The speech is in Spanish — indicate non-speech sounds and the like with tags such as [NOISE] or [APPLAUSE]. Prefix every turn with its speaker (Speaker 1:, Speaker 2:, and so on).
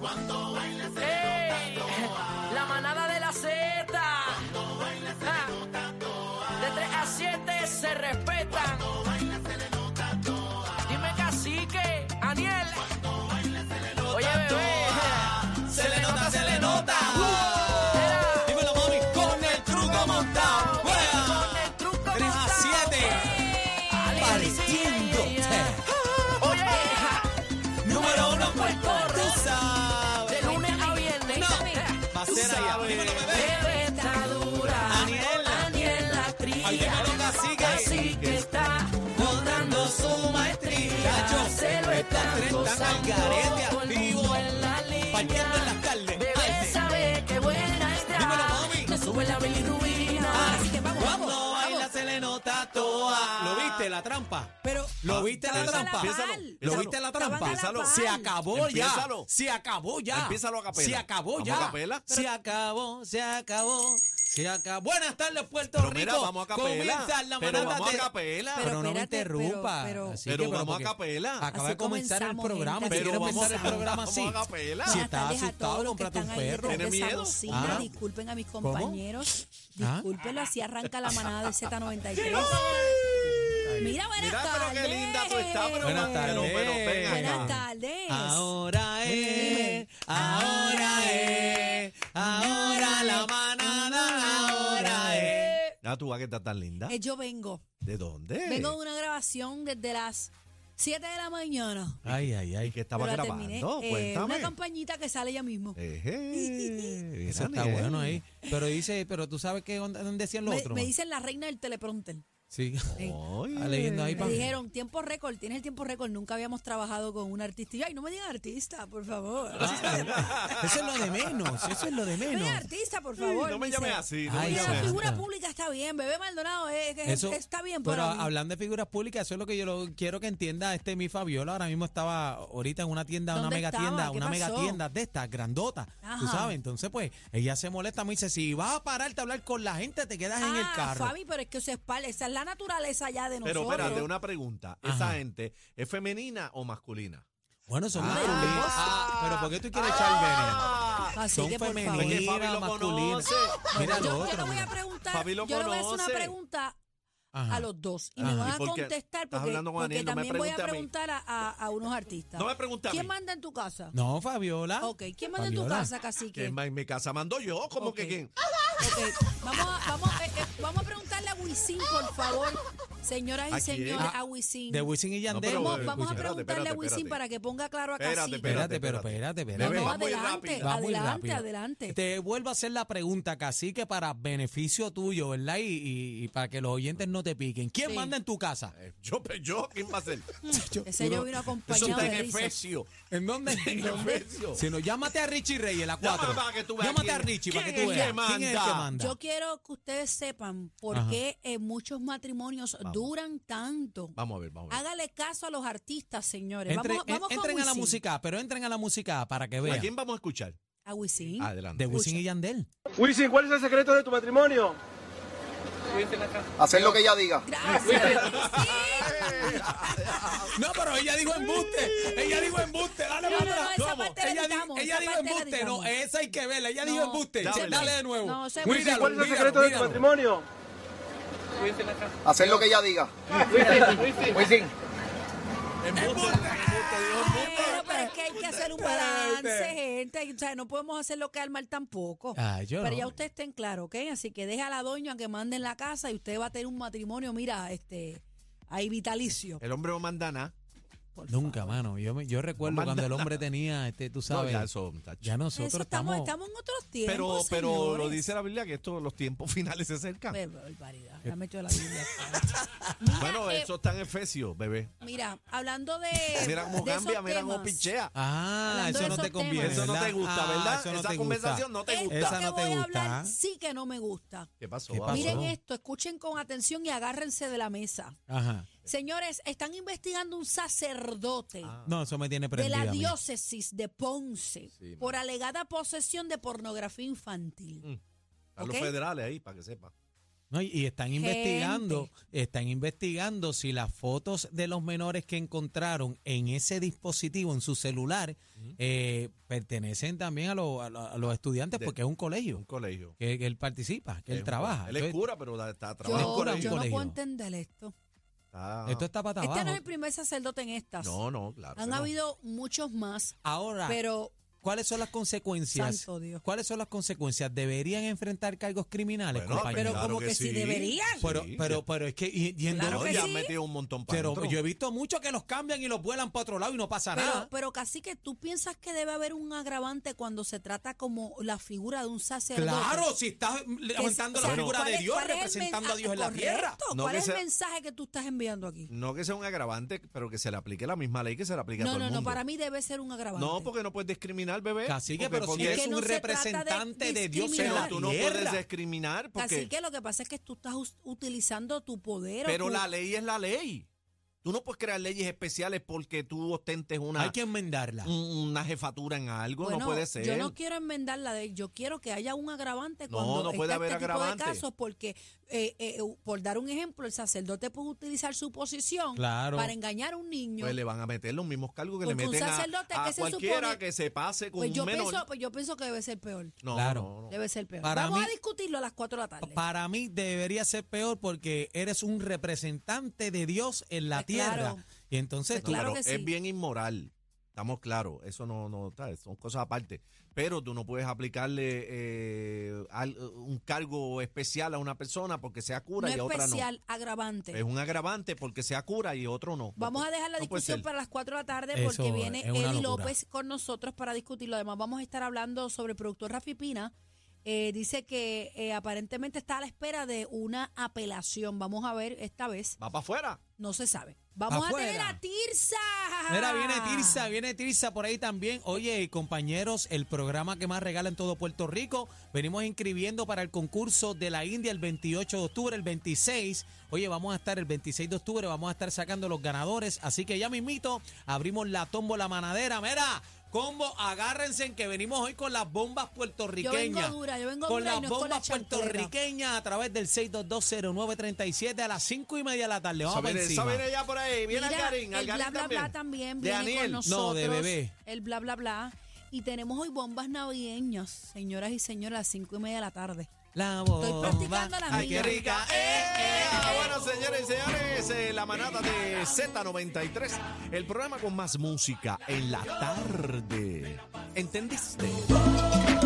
Speaker 1: Cuando bailas se
Speaker 2: ¡Ey! La manada de la Z. Ah. De 3 a 7 se respetan. Dime cacique, Aniel. Oye, bebé.
Speaker 3: Se le nota, se le nota.
Speaker 2: Era
Speaker 3: Dímelo, mami, con el truco montado.
Speaker 2: con el truco
Speaker 3: 3 a
Speaker 2: montado.
Speaker 3: 7.
Speaker 2: Ali, sí, ay, ay.
Speaker 3: Partiéndote.
Speaker 2: Oye, ja,
Speaker 3: Número uno, pues, Puerto Rico. Tú
Speaker 2: de
Speaker 3: sabes.
Speaker 2: lunes a viernes.
Speaker 3: No,
Speaker 2: Ja.
Speaker 3: va a ser allá. Dímelo, bebé.
Speaker 2: Bebé está dura.
Speaker 3: Aniel.
Speaker 2: Aniel la
Speaker 3: Ay,
Speaker 2: cría.
Speaker 3: dímelo, cacique.
Speaker 2: Así que está.
Speaker 3: Montando su maestría.
Speaker 2: Se lo
Speaker 3: Yo,
Speaker 2: están
Speaker 3: estas tres están al
Speaker 2: gozando
Speaker 3: garete,
Speaker 2: todo el mundo
Speaker 3: activo.
Speaker 2: en la línea.
Speaker 3: Partiendo en las tardes.
Speaker 2: Bebé
Speaker 3: Arte.
Speaker 2: sabe que buena está.
Speaker 3: Dímelo, mami.
Speaker 2: Me sube la bilirrubina. Así que vamos,
Speaker 3: Cuando
Speaker 2: vamos,
Speaker 3: baila
Speaker 2: vamos.
Speaker 3: se le nota toa. ¿Lo viste la trampa?
Speaker 4: Pero-
Speaker 3: ¿Lo
Speaker 4: Ah,
Speaker 3: viste la
Speaker 4: estaban a la
Speaker 3: trampa?
Speaker 4: par.
Speaker 3: ¿Lo
Speaker 4: Estaban-
Speaker 3: viste la
Speaker 4: estaban
Speaker 3: trampa?
Speaker 4: a la par.
Speaker 3: Se acabó
Speaker 5: Empiézalo.
Speaker 3: ya. Se acabó ya.
Speaker 5: Empiézalo a capela.
Speaker 3: Se acabó
Speaker 5: Vamos
Speaker 3: ya.
Speaker 5: a capela.
Speaker 3: Se acabó, se acabó. Se acabó. Buenas tardes, Puerto
Speaker 5: Pero
Speaker 3: Rico.
Speaker 5: mira, vamos a capela.
Speaker 3: Comienza la
Speaker 5: Pero
Speaker 3: manada
Speaker 5: vamos a
Speaker 3: de-
Speaker 5: capela.
Speaker 3: Pero, no me
Speaker 4: espérate,
Speaker 3: interrumpa.
Speaker 4: pero- pero-
Speaker 3: Así
Speaker 5: Pero vamos
Speaker 3: porque
Speaker 5: a capela.
Speaker 3: Acaba
Speaker 4: Así
Speaker 3: de comenzar el
Speaker 4: comenzamos,
Speaker 3: programa.
Speaker 4: gente,
Speaker 3: Si
Speaker 4: así
Speaker 3: quieres empezar el
Speaker 4: comenzamos.
Speaker 3: programa así.
Speaker 5: Vamos a capela.
Speaker 3: Si
Speaker 4: Buenas
Speaker 3: estás
Speaker 4: tardes a todos
Speaker 3: asustado,
Speaker 4: los que
Speaker 3: cómprate un
Speaker 4: están ahí
Speaker 3: perro.
Speaker 4: detrás de
Speaker 5: ¿Tiene
Speaker 4: esa
Speaker 5: miedo?
Speaker 4: bocina.
Speaker 3: Ah.
Speaker 4: Disculpen a mis
Speaker 3: ¿Cómo?
Speaker 4: compañeros.
Speaker 3: Ah.
Speaker 4: Discúlpenlo, así arranca la manada del Z93. Mira, buenas
Speaker 5: Mira, pero
Speaker 4: tardes.
Speaker 5: qué linda tú estás, pero
Speaker 3: Buenas
Speaker 5: pero,
Speaker 3: tardes.
Speaker 5: pero ven
Speaker 4: Buenas
Speaker 5: acá.
Speaker 4: tardes.
Speaker 3: Ahora es,
Speaker 4: Dime.
Speaker 3: ahora es, ahora la manada, ahora es.
Speaker 5: Ya tú vas que estás tan linda.
Speaker 4: Eh, Yo vengo.
Speaker 5: ¿De dónde?
Speaker 4: Vengo de una grabación desde las 7 de la mañana.
Speaker 3: Ay, ay, ay.
Speaker 5: que
Speaker 4: Pero
Speaker 5: estaba
Speaker 4: la terminé.
Speaker 5: grabando. pues,
Speaker 4: Eh, una
Speaker 5: Cuéntame.
Speaker 4: campañita que sale ya mismo.
Speaker 5: Eh, Ejé, mira,
Speaker 3: Eso está
Speaker 5: Aniel.
Speaker 3: bueno ahí. Pero dice, pero tú sabes qué onda- dónde decían los
Speaker 4: Me,
Speaker 3: otros.
Speaker 4: me dicen la reina del teleprompter.
Speaker 3: Sí. [LAUGHS]
Speaker 5: Oye.
Speaker 3: Está leyendo ahí
Speaker 4: Me
Speaker 3: para.
Speaker 4: dijeron, tiempo récord, tienes el tiempo récord, nunca habíamos trabajado con un artista. Y yo, ay, no me digas artista, por favor.
Speaker 3: Eso es lo de menos, eso es lo de
Speaker 4: [LAUGHS] No
Speaker 3: [LAUGHS]
Speaker 4: me digas
Speaker 3: menos.
Speaker 4: artista, por
Speaker 5: Sí,
Speaker 4: favor.
Speaker 5: No
Speaker 4: me
Speaker 5: me
Speaker 4: dice.
Speaker 5: llames así.
Speaker 3: Ay,
Speaker 5: No me
Speaker 4: Oye, la
Speaker 3: Dios.
Speaker 5: llames así.
Speaker 4: figura pública está bien, bebé Maldonado eh, que-
Speaker 3: Eso-
Speaker 4: está bien,
Speaker 3: pero
Speaker 4: para mí.
Speaker 3: hablando de figuras públicas, eso es lo que yo lo- quiero que entienda este mi Fabiola. Ahora mismo estaba ahorita en una tienda, una
Speaker 4: ¿Dónde
Speaker 3: mega
Speaker 4: estaba?
Speaker 3: tienda,
Speaker 4: ¿Qué
Speaker 3: una mega
Speaker 4: pasó?
Speaker 3: tienda de estas, grandota. Tú
Speaker 4: Ajá.
Speaker 3: sabes, entonces pues ella se molesta, me dice, si vas a pararte a hablar con la gente, te quedas en el
Speaker 4: Ah,
Speaker 3: carro.
Speaker 4: Fabi, pero es que eso es pal- esa es la naturaleza ya de
Speaker 5: Pero
Speaker 4: nosotros.
Speaker 5: espérate, una pregunta. ¿Esa
Speaker 3: Ajá.
Speaker 5: gente es femenina o masculina?
Speaker 3: Bueno, son
Speaker 5: Ah.
Speaker 3: masculinas. Ah, pero ¿por qué tú quieres echar veneno?
Speaker 4: Ah. Así
Speaker 3: son
Speaker 4: que por favor.
Speaker 3: femeninas,
Speaker 5: Es que Fabi lo
Speaker 3: masculinas.
Speaker 5: conoce.
Speaker 3: Mira
Speaker 4: yo,
Speaker 3: lo
Speaker 4: yo
Speaker 3: otro.
Speaker 4: le voy a
Speaker 3: mira.
Speaker 4: preguntar,
Speaker 5: Fabi
Speaker 4: yo
Speaker 5: lo
Speaker 4: le voy a hacer una
Speaker 5: conoce.
Speaker 4: pregunta
Speaker 3: Ajá.
Speaker 4: a los dos y
Speaker 3: Ajá.
Speaker 4: me van
Speaker 5: ¿Y
Speaker 4: a
Speaker 5: por qué?
Speaker 4: contestar
Speaker 5: Estás
Speaker 4: porque,
Speaker 5: hablando con
Speaker 4: porque
Speaker 5: Daniel, no me
Speaker 4: también voy a
Speaker 5: pregunte a mí.
Speaker 4: preguntar a, a- a unos artistas.
Speaker 5: No me pregunte a
Speaker 4: ¿Quién
Speaker 5: mí. ¿Ah?
Speaker 4: manda en tu casa?
Speaker 3: No, Fabiola.
Speaker 4: Ok, ¿quién manda en tu
Speaker 3: Fabiola.
Speaker 4: casa,
Speaker 5: Que
Speaker 4: cacique?
Speaker 5: en en mi casa mando yo, como
Speaker 4: Ok. Ah,
Speaker 5: que quién.
Speaker 4: Ok, Vamos a, vamos, a- eh, eh, vamos a preguntarle a Wisin, por favor, señoras
Speaker 5: ¿A
Speaker 4: y
Speaker 5: quién?
Speaker 4: señores,
Speaker 3: Ah,
Speaker 4: a Wisin.
Speaker 3: De Wisin y Yandel.
Speaker 5: pero-
Speaker 4: Vamos,
Speaker 5: Escucha.
Speaker 4: vamos a
Speaker 5: Espérate,
Speaker 4: preguntarle a
Speaker 5: espérate,
Speaker 4: Wisin
Speaker 5: espérate.
Speaker 4: para que ponga claro a
Speaker 5: Espérate,
Speaker 4: Cacique.
Speaker 3: Espérate,
Speaker 5: Espérate,
Speaker 3: pero espérate,
Speaker 5: espérate.
Speaker 3: espérate.
Speaker 4: No,
Speaker 5: Bebé,
Speaker 4: no,
Speaker 5: va muy
Speaker 4: adelante,
Speaker 5: rápido.
Speaker 3: Va muy
Speaker 4: adelante,
Speaker 3: rápido.
Speaker 4: adelante.
Speaker 3: Te vuelvo a hacer la pregunta, Cacique, para beneficio tuyo, ¿verdad? Y, y- y para que los oyentes no te piquen. ¿Quién
Speaker 4: Sí.
Speaker 3: manda en tu casa?
Speaker 5: Eh, Yo, pues, yo, ¿quién va a
Speaker 4: [LAUGHS]
Speaker 5: ser?
Speaker 4: Ese yo vino
Speaker 5: Eso
Speaker 4: acompañado
Speaker 5: está en
Speaker 4: de risas.
Speaker 5: Efesio.
Speaker 3: ¿En dónde?
Speaker 5: [LAUGHS] En Efesio.
Speaker 3: Si no, llámate a Richie Reyes, la
Speaker 5: Llama
Speaker 3: 4.
Speaker 5: para que tú veas
Speaker 3: Llámate
Speaker 5: quién-
Speaker 3: a Richie para que
Speaker 5: quién
Speaker 3: tú
Speaker 5: es
Speaker 3: veas.
Speaker 5: que manda.
Speaker 3: ¿Quién es el que manda?
Speaker 4: Yo quiero que ustedes sepan por
Speaker 3: Ajá.
Speaker 4: qué eh, muchos matrimonios
Speaker 5: Vamos.
Speaker 4: duran tanto.
Speaker 5: Vamos a ver, vamos a ver.
Speaker 4: Hágale caso a los artistas, señores.
Speaker 3: Entren-
Speaker 4: vamos vamos
Speaker 3: en-
Speaker 4: con
Speaker 3: eh, entren a la
Speaker 4: Wisin.
Speaker 3: música, pero entren a la música para que
Speaker 5: ¿A
Speaker 3: vean.
Speaker 5: quién vamos a escuchar?
Speaker 4: A Wisin.
Speaker 5: Adelante.
Speaker 3: De Wisin
Speaker 4: Escucha.
Speaker 3: y Yandel.
Speaker 6: Wisin, ¿cuál es el secreto de tu matrimonio?
Speaker 7: Hacer lo que ella diga.
Speaker 4: Gracias. Wisin.
Speaker 3: No, pero ella dijo embuste. Ella dijo embuste. Dale
Speaker 4: No,
Speaker 3: para
Speaker 4: no, no,
Speaker 3: atrás.
Speaker 4: esa
Speaker 3: ¿Cómo?
Speaker 4: parte la
Speaker 3: Ella, di-
Speaker 4: editamos,
Speaker 3: ella
Speaker 4: esa
Speaker 3: dijo
Speaker 4: parte la
Speaker 3: embuste. No,
Speaker 4: editamos.
Speaker 3: esa hay que verla. Ella dijo
Speaker 4: No,
Speaker 3: embuste.
Speaker 5: ese
Speaker 3: Dale,
Speaker 5: no.
Speaker 3: de nuevo.
Speaker 4: No, ese no.
Speaker 3: Míralo,
Speaker 6: ¿Cuál es el
Speaker 3: míralo,
Speaker 6: secreto de tu
Speaker 3: míralo.
Speaker 6: matrimonio?
Speaker 7: Hacer lo que ella diga.
Speaker 4: Bueno, pero es que hay que hacer un balance, gente. O sea, no podemos hacerlo caer mal tampoco.
Speaker 3: Ah, yo
Speaker 4: pero
Speaker 3: no.
Speaker 4: ya ustedes estén claros, ¿ok? Así que deja a la doña que mande en la casa y usted va a tener un matrimonio, mira, este, ahí vitalicio.
Speaker 5: El hombre no manda nada.
Speaker 4: por
Speaker 3: Nunca,
Speaker 4: favor.
Speaker 3: mano. Yo, me- yo recuerdo
Speaker 5: manda
Speaker 3: cuando el hombre tenía, este, tú
Speaker 5: No,
Speaker 3: sabes.
Speaker 5: ya eso, muchacho.
Speaker 3: ya nosotros
Speaker 4: Eso
Speaker 3: estamos.
Speaker 4: estamos, estamos en otros
Speaker 5: pero,
Speaker 4: tiempos.
Speaker 5: pero lo
Speaker 4: señores.
Speaker 5: dice la Biblia que esto, los tiempos [LAUGHS] finales se acercan.
Speaker 4: Qué barbaridad, ya me echó la
Speaker 5: [LAUGHS]
Speaker 4: Biblia.
Speaker 5: bueno,
Speaker 4: eh,
Speaker 5: eso está en Efesio, bebé.
Speaker 4: Mira, hablando de.
Speaker 5: Mira cómo
Speaker 4: de
Speaker 5: cambia,
Speaker 4: esos
Speaker 5: mira cómo
Speaker 4: temas,
Speaker 5: pichea.
Speaker 3: Ah,
Speaker 4: Hablando de
Speaker 3: eso no te
Speaker 4: esos
Speaker 3: conviene.
Speaker 4: temas.
Speaker 5: Eso no te gusta,
Speaker 3: Ah,
Speaker 5: ¿verdad?
Speaker 3: eso no
Speaker 5: Esa
Speaker 3: te gusta.
Speaker 5: conversación no te
Speaker 4: Esto
Speaker 5: gusta.
Speaker 3: Esa
Speaker 4: que
Speaker 3: no te
Speaker 4: voy a
Speaker 3: gusta.
Speaker 4: hablar sí que no me gusta.
Speaker 5: ¿Qué pasó? Ah,
Speaker 3: ¿Qué
Speaker 5: Vamos.
Speaker 4: Miren eh,
Speaker 3: pasó?
Speaker 4: esto, escuchen con atención y agárrense de la mesa.
Speaker 3: Ajá.
Speaker 4: Señores, están investigando un sacerdote
Speaker 5: Ah,
Speaker 3: No, eso me tiene
Speaker 4: de
Speaker 3: prendida.
Speaker 4: la
Speaker 3: a mí.
Speaker 4: diócesis de Ponce
Speaker 5: Sí,
Speaker 4: por alegada posesión de pornografía infantil.
Speaker 5: A los
Speaker 4: ¿ok?
Speaker 5: federales ahí, para que sepa.
Speaker 3: No, y, y están
Speaker 4: Gente.
Speaker 3: investigando, están investigando si las fotos de los menores que encontraron en ese dispositivo, en su celular, eh, pertenecen también a, lo- a lo- a los estudiantes
Speaker 5: De-
Speaker 3: porque es un colegio
Speaker 5: Un colegio.
Speaker 3: que, que él participa, que
Speaker 5: Es
Speaker 3: él
Speaker 5: un-
Speaker 3: trabaja.
Speaker 5: Él es
Speaker 3: Entonces,
Speaker 5: cura, pero da- está trabajando.
Speaker 4: Yo,
Speaker 3: cura en
Speaker 4: yo no
Speaker 3: colegio.
Speaker 4: puedo entender esto.
Speaker 5: Está-
Speaker 3: esto está para abajo.
Speaker 4: Este no es el primer sacerdote en estas.
Speaker 5: No, no, claro.
Speaker 4: Han
Speaker 5: que no.
Speaker 4: habido muchos más,
Speaker 3: Ahora,
Speaker 4: pero
Speaker 3: ¿cuáles son las consecuencias?
Speaker 4: Santo Dios.
Speaker 3: ¿Cuáles son las consecuencias? ¿Deberían enfrentar cargos criminales,
Speaker 5: Bueno, pues
Speaker 3: compañero?
Speaker 4: pero como que si deberían.
Speaker 3: Pero,
Speaker 5: Sí,
Speaker 3: pero, pero es que y- yendo-
Speaker 4: Claro
Speaker 5: No,
Speaker 4: que
Speaker 5: ya
Speaker 4: sí.
Speaker 5: han metido un montón para
Speaker 3: pero
Speaker 5: adentro.
Speaker 3: yo he visto muchos que los cambian y los vuelan para otro lado y no pasa
Speaker 4: Pero, pues,
Speaker 3: nada.
Speaker 4: pero casi que tú piensas que debe haber un agravante cuando se trata como la figura de un sacerdote.
Speaker 3: Claro, si estás
Speaker 4: Que es-
Speaker 3: levantando
Speaker 4: o
Speaker 3: la
Speaker 4: sea,
Speaker 3: figura
Speaker 4: ¿cuál
Speaker 3: de
Speaker 4: es-
Speaker 3: Dios,
Speaker 4: cuál es el
Speaker 3: representando a
Speaker 4: mensaje?
Speaker 3: Dios en la
Speaker 4: Correcto,
Speaker 3: tierra.
Speaker 5: No
Speaker 4: ¿Cuál
Speaker 5: que
Speaker 4: es el
Speaker 5: sea-
Speaker 4: mensaje que tú estás enviando aquí?
Speaker 5: No que sea un agravante, pero que se le aplique la misma ley que se le aplica a
Speaker 4: No,
Speaker 5: todo
Speaker 4: no,
Speaker 5: el
Speaker 4: no,
Speaker 5: mundo.
Speaker 4: para mí debe ser un agravante.
Speaker 5: No, porque no puedes discriminar, bebé.
Speaker 3: Cacique,
Speaker 5: Porque-
Speaker 3: pero si
Speaker 5: porque
Speaker 4: es
Speaker 3: eres
Speaker 4: que no
Speaker 3: un
Speaker 4: se trata de
Speaker 3: representante de, Dios en
Speaker 4: discriminar.
Speaker 3: la
Speaker 5: pero
Speaker 4: una
Speaker 5: tú no
Speaker 3: tierra.
Speaker 5: puedes discriminar
Speaker 4: Así
Speaker 5: porque
Speaker 4: que lo que pasa es que tú estás us- utilizando tu poder. o
Speaker 5: pero
Speaker 4: tu-
Speaker 5: la ley es la ley. Tú no puedes crear leyes especiales porque tú ostentes
Speaker 3: Hay
Speaker 5: una
Speaker 3: que enmendarla.
Speaker 5: un- una jefatura en algo,
Speaker 4: Bueno,
Speaker 5: no puede ser.
Speaker 4: Yo no quiero enmendar la ley, yo quiero que haya un agravante
Speaker 5: No,
Speaker 4: cuando
Speaker 5: no puede
Speaker 4: está
Speaker 5: haber
Speaker 4: este
Speaker 5: agravante.
Speaker 4: tipo de casos, porque eh, eh, por dar un ejemplo, el sacerdote puede utilizar su posición
Speaker 3: Claro.
Speaker 4: para engañar a un niño.
Speaker 5: Pues le van a meter los mismos cargos que le
Speaker 4: Porque un
Speaker 5: meten a,
Speaker 4: sacerdote
Speaker 5: a
Speaker 4: que se
Speaker 5: cualquiera
Speaker 4: supone-
Speaker 5: que se pase con
Speaker 4: Pues
Speaker 5: un
Speaker 4: yo
Speaker 5: menor.
Speaker 4: pienso, pues yo pienso que debe ser peor.
Speaker 5: No,
Speaker 3: Claro.
Speaker 5: no, no.
Speaker 4: Debe ser peor.
Speaker 3: Para
Speaker 4: Vamos
Speaker 3: mí-
Speaker 4: a discutirlo a las 4 de la tarde.
Speaker 3: Para mí debería ser peor porque eres un representante de Dios en la
Speaker 4: Pues
Speaker 3: tierra.
Speaker 4: claro.
Speaker 3: Y entonces
Speaker 4: Pues
Speaker 3: tú,
Speaker 4: claro
Speaker 5: pero
Speaker 4: que sí.
Speaker 5: es bien inmoral. Estamos claros, eso no, no está, son cosas aparte. Pero tú no puedes aplicarle eh, al- un cargo especial a una persona porque sea cura
Speaker 4: no
Speaker 5: y a otra no.
Speaker 4: especial, agravante.
Speaker 5: Es un agravante porque sea cura y otro no.
Speaker 4: Vamos a dejar la
Speaker 5: No puede
Speaker 4: discusión
Speaker 5: ser.
Speaker 4: para las 4 de la tarde
Speaker 3: Eso
Speaker 4: porque viene
Speaker 3: es una
Speaker 4: Eddie
Speaker 3: locura.
Speaker 4: López con nosotros para discutirlo. Además, vamos a estar hablando sobre el productor Rafi Pina. Eh, dice que eh, aparentemente está a la espera de una apelación. Vamos a ver esta vez.
Speaker 5: Va para afuera.
Speaker 4: No se sabe. Vamos a tener
Speaker 3: Afuera.
Speaker 4: a Tirsa.
Speaker 3: Mira, viene
Speaker 4: Ah.
Speaker 3: Tirsa, viene Tirsa por ahí también. Oye, compañeros, el programa que más regala en todo Puerto Rico. Venimos inscribiendo para el concurso de la India el 28 de octubre, el 26. Oye, vamos a estar el 26 de octubre, vamos a estar sacando los ganadores. Así que ya mismito, abrimos la tómbola manadera. Mira, combo, agárrense en que venimos hoy con las bombas puertorriqueñas.
Speaker 4: Yo vengo dura, yo vengo
Speaker 3: Con
Speaker 4: dura y
Speaker 3: las
Speaker 4: no con
Speaker 3: bombas
Speaker 4: la chancleta.
Speaker 3: puertorriqueñas a través del 6220937 a las 5 y media de la tarde. Vamos
Speaker 5: Esa
Speaker 3: para
Speaker 5: viene, esa
Speaker 3: encima.
Speaker 5: viene ya por ahí. Viene
Speaker 4: Mira,
Speaker 5: Algarín.
Speaker 4: el
Speaker 5: Algarín
Speaker 4: bla bla
Speaker 5: también.
Speaker 4: bla también
Speaker 5: De
Speaker 4: viene con
Speaker 5: Aniel.
Speaker 3: No,
Speaker 4: nosotros.
Speaker 3: de bebé.
Speaker 4: El bla bla bla. Y tenemos hoy bombas navideñas, señoras y señores, a las cinco y media de la tarde.
Speaker 3: La bomba.
Speaker 4: practicando la
Speaker 3: Ay, qué
Speaker 4: mía.
Speaker 3: rica.
Speaker 5: ¡Eh, eh! Ah, Bueno, señores y señores, eh, la manada de Z93, el programa con más música en la tarde. ¿Entendiste?